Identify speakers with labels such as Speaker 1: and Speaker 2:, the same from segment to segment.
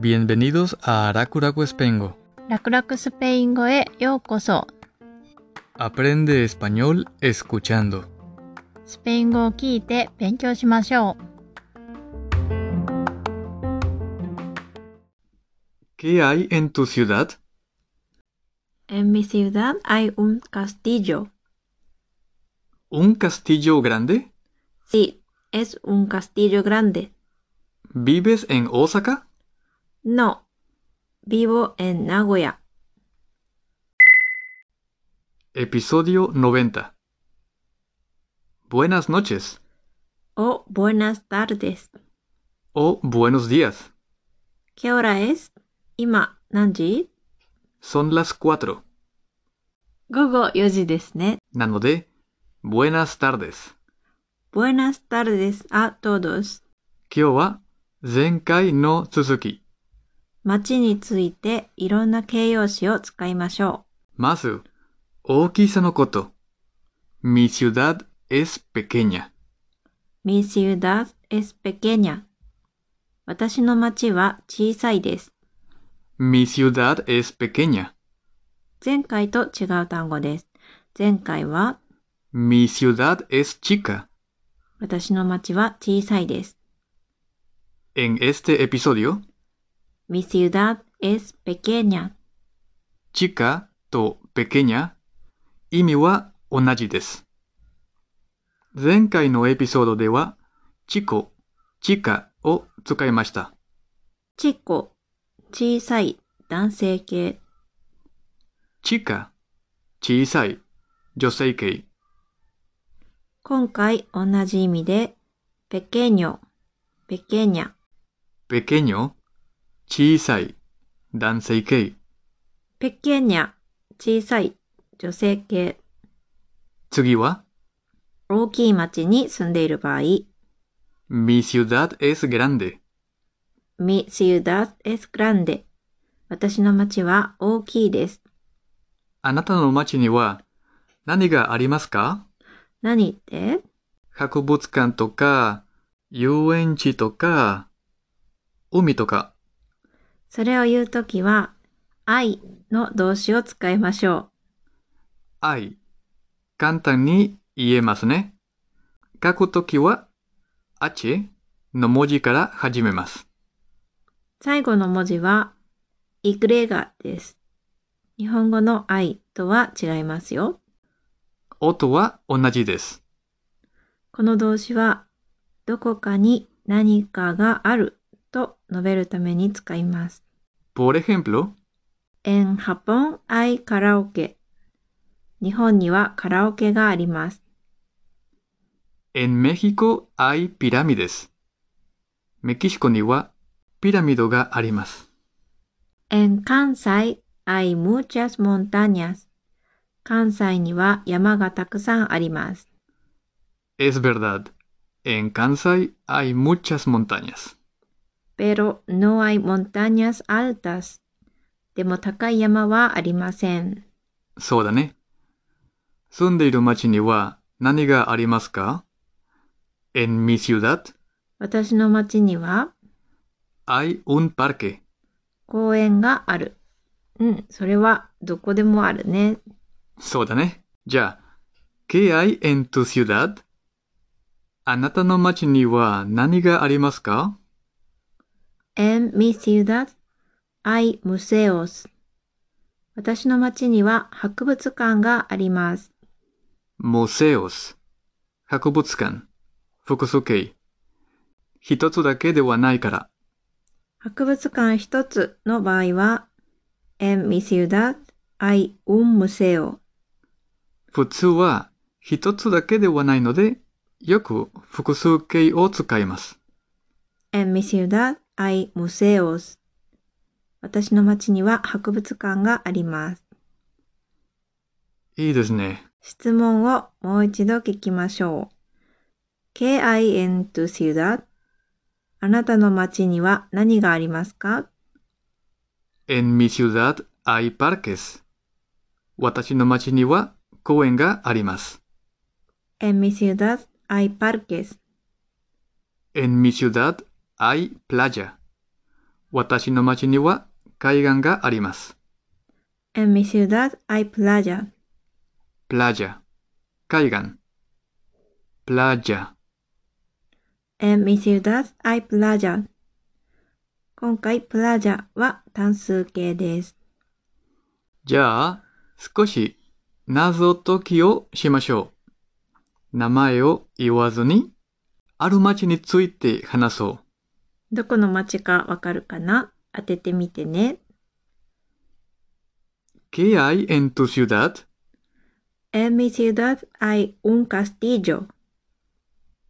Speaker 1: Bienvenidos a Arakuraku Spengo.
Speaker 2: ラクラクスペイン語へようこそ。
Speaker 1: Aprende español escuchando.
Speaker 2: スペイン語を聞いて勉強しましょう。
Speaker 1: ¿Qué hay en tu ciudad?
Speaker 3: En mi ciudad hay un castillo.
Speaker 1: ¿Un castillo grande?
Speaker 3: Sí, es un castillo grande.
Speaker 1: ¿Vives en Osaka?
Speaker 3: No, vivo en Nagoya.
Speaker 1: Episodio 90. Buenas noches
Speaker 3: Oh, buenas tardes.
Speaker 1: o buenos días.
Speaker 3: ¿Qué hora es? Ima, nanji?
Speaker 1: Son las 4.
Speaker 3: Gogo yoji desu ne.
Speaker 1: Nano de buenas tardes.
Speaker 3: Buenas tardes a todos.
Speaker 1: Kyo wa zenkai no tsuzuki.
Speaker 3: 街についていろんな形容詞を使いましょ
Speaker 1: まず、大きさのこと。Mi ciudad es pequeña.
Speaker 3: う。Mi ciudad es pequeña. 私の街は小さいです。
Speaker 1: Mi ciudad es pequeña.
Speaker 3: 前回と違う単語です。前回は
Speaker 1: Mi ciudad es chica.
Speaker 3: 私の街は小さいです。
Speaker 1: En este episodio,
Speaker 3: Mi ciudad es pequeña.
Speaker 1: chica to pequeña 意味は同じです。前回のエピソードでは、チコ、チカを使いました。
Speaker 3: チコ、小さい、男性系。
Speaker 1: チカ、小さい、女性形。
Speaker 3: 今回同じ意味で、ペケニョ、ペケニャ、
Speaker 1: pequeño、小さい、男性形。
Speaker 3: ペケニャ、小さい、女性系。
Speaker 1: 次は、
Speaker 3: 大きい町に住んでいる場合、
Speaker 1: mi ciudad es grande。
Speaker 3: Mi ciudad es grande。私の町は大きいです。
Speaker 1: あなたの町には何がありますか
Speaker 3: 何って
Speaker 1: 博物館とか、遊園地とか、海とか、
Speaker 3: それを言うときは、愛の動詞を使いましょ
Speaker 1: 愛。簡単に言えますね。書くときは、あちの文字から始めます。
Speaker 3: う。最後の文字は、イグレガです。日本語の愛とは違いますよ。
Speaker 1: 音は同じです。
Speaker 3: この動詞は、どこかに何かがあると述べるために使います。
Speaker 1: por ejemplo,
Speaker 3: En Japón hay karaoke。日本にはカラオケがあります。
Speaker 1: en México hay pirámides. メキシコにはピラミッドがあります。
Speaker 3: En 関西 hay muchas montañas。関西には山がたくさんあります。
Speaker 1: es verdad. En Kansai hay muchas montañas.
Speaker 3: Pero no hay montañas altas。でも高い山はありません。
Speaker 1: そうだね。住んでいる町には何がありますか ?En mi ciudad
Speaker 3: 私の町には
Speaker 1: hay un parque.
Speaker 3: 公園がある。うん、それはどこでもあるね。
Speaker 1: そうだね。じゃあ、¿qué hay en tu ciudad? あなたの町には何がありますか
Speaker 3: En mi ciudad hay museos. 私の町には博物館があります。
Speaker 1: ?museos 博物館複数形一つだけではないから
Speaker 3: 博物館一つの場合は、En mi ciudad hay un museo。
Speaker 1: 普通は一つだけではないのでよく複数形を使います
Speaker 3: En mi ciudad hay museos。私の町には博物館があります。
Speaker 1: いいですね
Speaker 3: 質問をもう一度聞きましょう。¿Qué hay en tu ciudad? あなたの町には何がありますか
Speaker 1: En mi ciudad hay parques. 私の町には公園があります。
Speaker 3: ?En mi ciudad hay parques.
Speaker 1: En mi ciudad hay playa. Watashi no machi ni wa kaigan ga arimasu.
Speaker 3: En mi ciudad hay playa.
Speaker 1: Playa. Kaigan. Playa.
Speaker 3: En mi ciudad hay playa. 今回、プラジャは単数形です。
Speaker 1: じゃあ、少し謎解きをしましょう。名前を言わずに、ある町について話そう。
Speaker 3: どこの町かわかるかな当ててみてね。
Speaker 1: ¿Qué hay en tu ciudad?
Speaker 3: En mi ciudad hay un castillo.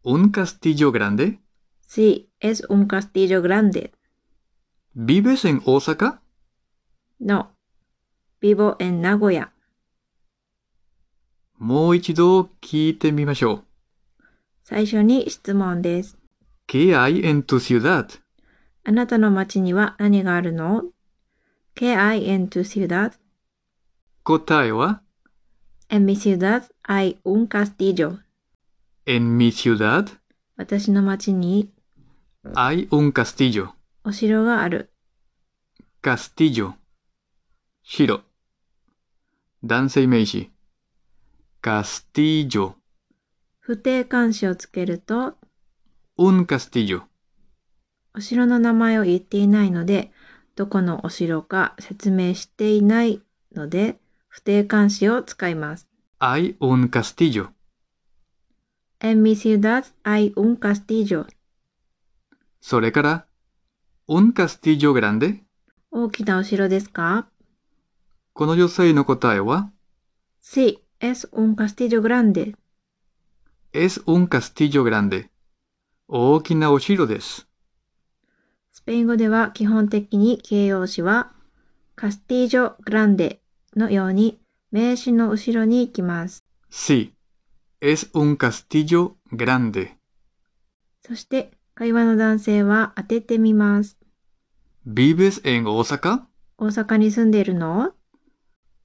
Speaker 1: ¿Un castillo grande?
Speaker 3: Sí, es un castillo grande.
Speaker 1: ¿Vives en Osaka?
Speaker 3: No. Vivo en Nagoya.
Speaker 1: もう一度聞いてみましょう。
Speaker 3: 最初に質問です。
Speaker 1: ¿Qué hay en tu ciudad?
Speaker 3: あなたの町には何があるの ?Que hay en tu ciudad?
Speaker 1: 答えは、
Speaker 3: En mi ciudad hay un castillo.
Speaker 1: en mi ciudad
Speaker 3: 私の町に
Speaker 1: hay un castillo.
Speaker 3: お城がある。
Speaker 1: castillo 白男性名詞 castillo
Speaker 3: 不定冠詞をつけると、
Speaker 1: un castillo
Speaker 3: お城の名前を言っていないので、どこのお城か説明していないので、不定冠詞を使います。
Speaker 1: hay un castillo
Speaker 3: En mi ciudad hay un castillo.
Speaker 1: それから un castillo grande
Speaker 3: 大きなお城ですか
Speaker 1: この女性の答えは
Speaker 3: Sí, es un castillo grande.
Speaker 1: es un castillo grande 大きなお城です
Speaker 3: スペイン語では基本的に形容詞はカスティジョ・グランデのように名詞の後ろに行きます。
Speaker 1: sí es un castillo grande
Speaker 3: そして会話の男性は当ててみます。
Speaker 1: vives en Osaka?
Speaker 3: 大阪に住んでいるの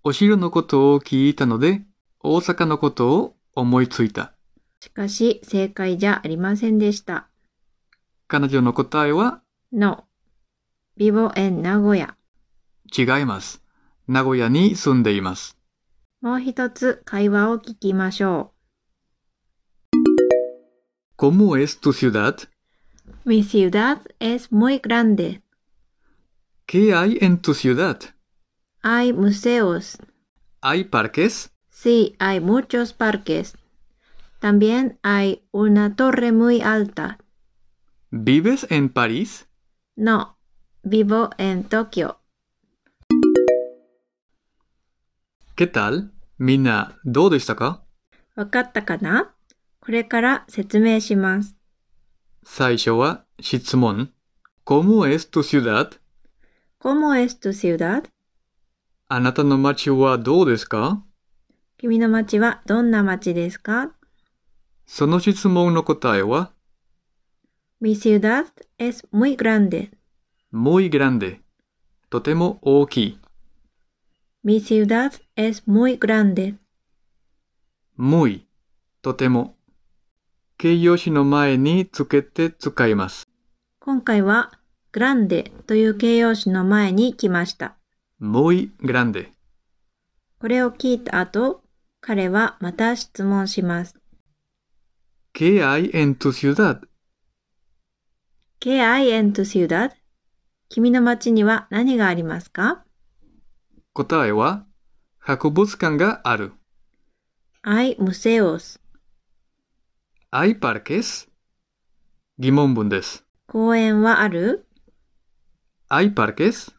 Speaker 1: お城のことを聞いたので大阪のことを思いついた
Speaker 3: しかし正解じゃありませんでした。
Speaker 1: 彼女の答えは
Speaker 3: No. Vivo en 名古屋。
Speaker 1: 違います。名古屋に住んでいます。
Speaker 3: もう一つ会話を聞きましょ
Speaker 1: ¿Cómo es tu ciudad?
Speaker 3: う。Mi ciudad es muy grande.
Speaker 1: ¿Qué hay en tu ciudad?
Speaker 3: Hay museos.
Speaker 1: ¿Hay parques?
Speaker 3: Sí, hay muchos parques. También hay una torre muy alta.
Speaker 1: ¿Vives en París?
Speaker 3: No, vivo en Tokio.
Speaker 1: ¿Qué tal? みんな、どうでしたか
Speaker 3: わかったかなこれから説明します。
Speaker 1: 最初は質問。¿Cómo es tu ciudad?
Speaker 3: ¿Cómo es tu ciudad?
Speaker 1: あなたの街はどうですか
Speaker 3: 君の町はどんな町ですか
Speaker 1: その質問の答えは、
Speaker 3: ?Mi ciudad es muy grande.
Speaker 1: muy grande。とても大きい。
Speaker 3: Mi ciudad es muy grande.
Speaker 1: muy。とても。形容詞の前につけて使います。
Speaker 3: 今回は grande という形容詞の前に来ました。
Speaker 1: muy grande。
Speaker 3: これを聞いた後、彼はまた質問します。
Speaker 1: ¿Qué hay en tu ciudad?
Speaker 3: ¿Qué hay en tu ciudad? 君の町には何がありますか
Speaker 1: 答えは、博物館がある。
Speaker 3: ?Hay museos.
Speaker 1: ¿Hay parques? 疑問文です。
Speaker 3: 公園はある
Speaker 1: ¿Hay parques?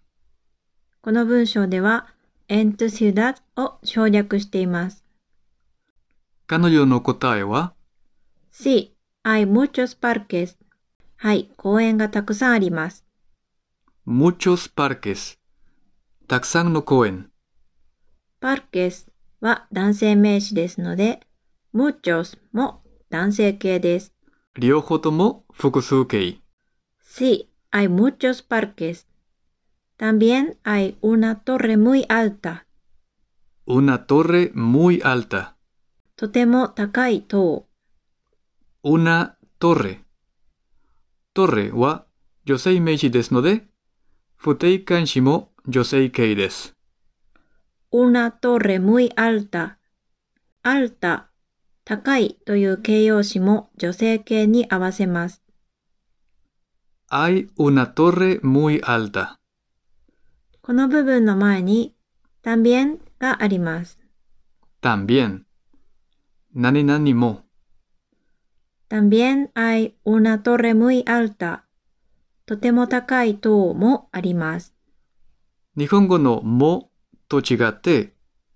Speaker 3: この文章では、en tu ciudad を省略しています。
Speaker 1: 彼女の答えは、
Speaker 3: Sí, hay muchos parques. はい、公園がたくさんあります。
Speaker 1: muchos parques。たくさんの公園。
Speaker 3: parques は男性名詞ですので、muchos も男性形です。
Speaker 1: 両方とも複数形。
Speaker 3: Sí, hay muchos parques. También hay una torre muy alta.
Speaker 1: una torre muy alta。
Speaker 3: とても高い塔。
Speaker 1: una torre。torreは女性名詞ですので、不定冠詞も女性形です。
Speaker 3: una torre muy alta。alta、高いという形容詞も女性形に合わせます。
Speaker 1: hay una torre muy alta。
Speaker 3: この部分の前に、también があります。
Speaker 1: también。何々も。
Speaker 3: también hay una torre muy alta。とても高い塔もあります。
Speaker 1: 日本語のもと違って、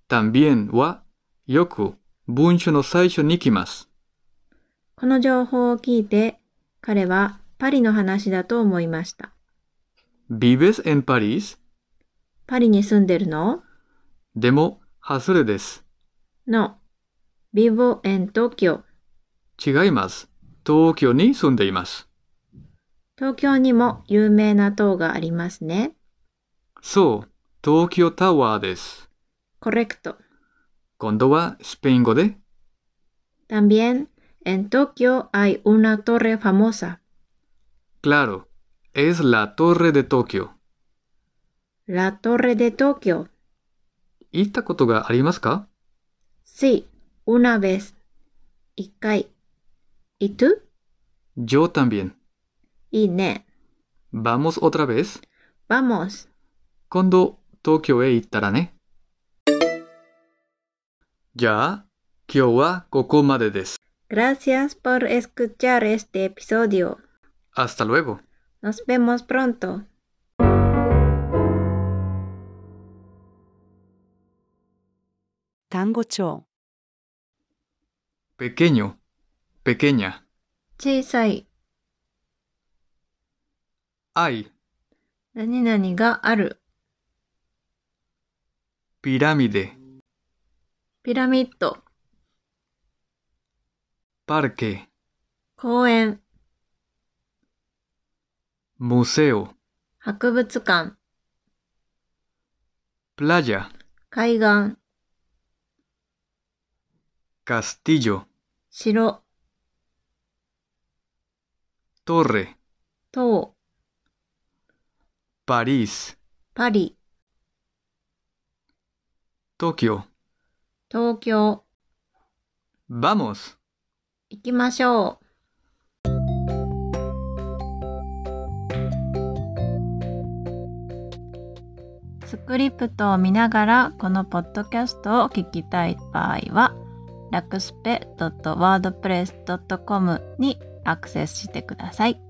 Speaker 1: también はよく文章の最初に来ます。
Speaker 3: この情報を聞いて、彼はパリの話だと思いました。
Speaker 1: vives en París?
Speaker 3: パリに住んでるの
Speaker 1: でも、外れです。
Speaker 3: の、vivo en Tokyo。
Speaker 1: 違います。東京に住んでいます。
Speaker 3: 東京にも有名な塔がありますね。
Speaker 1: そう、東京タワーです。
Speaker 3: コレクト。
Speaker 1: 今度はスペイン語で、
Speaker 3: También en Tokio hay una torre famosa,
Speaker 1: claro, es la torre de Tokio。
Speaker 3: la Torre de Tokio.
Speaker 1: 行ったことがありますか
Speaker 3: Sí, una vez. 一回。¿Y tú?
Speaker 1: Yo también.
Speaker 3: いいね。
Speaker 1: Vamos otra vez.
Speaker 3: Vamos.
Speaker 1: 今度、東京へ行ったらね。じゃあ、今日はここまでです。
Speaker 3: Gracias por escuchar este episodio.
Speaker 1: Hasta luego.
Speaker 3: Nos vemos pronto.
Speaker 4: 単語帳
Speaker 1: Pequeño, pequeña.
Speaker 3: 小さい。
Speaker 1: Hay,
Speaker 3: 何々がある。
Speaker 1: pirámide,
Speaker 3: ピラミッド。
Speaker 1: parque,
Speaker 3: 公園。
Speaker 1: museo,
Speaker 3: 博物館。
Speaker 1: playa,
Speaker 3: 海岸。
Speaker 1: castillo,
Speaker 3: 城。
Speaker 1: torre,
Speaker 3: 塔。
Speaker 1: París,
Speaker 3: パリ。
Speaker 1: Tokio.
Speaker 3: 東京。
Speaker 1: Vamos.
Speaker 3: 行きましょう。スクリプトを見ながらこのポッドキャストを聞きたい場合は、ラクスペ .wordpress.com にアクセスしてください。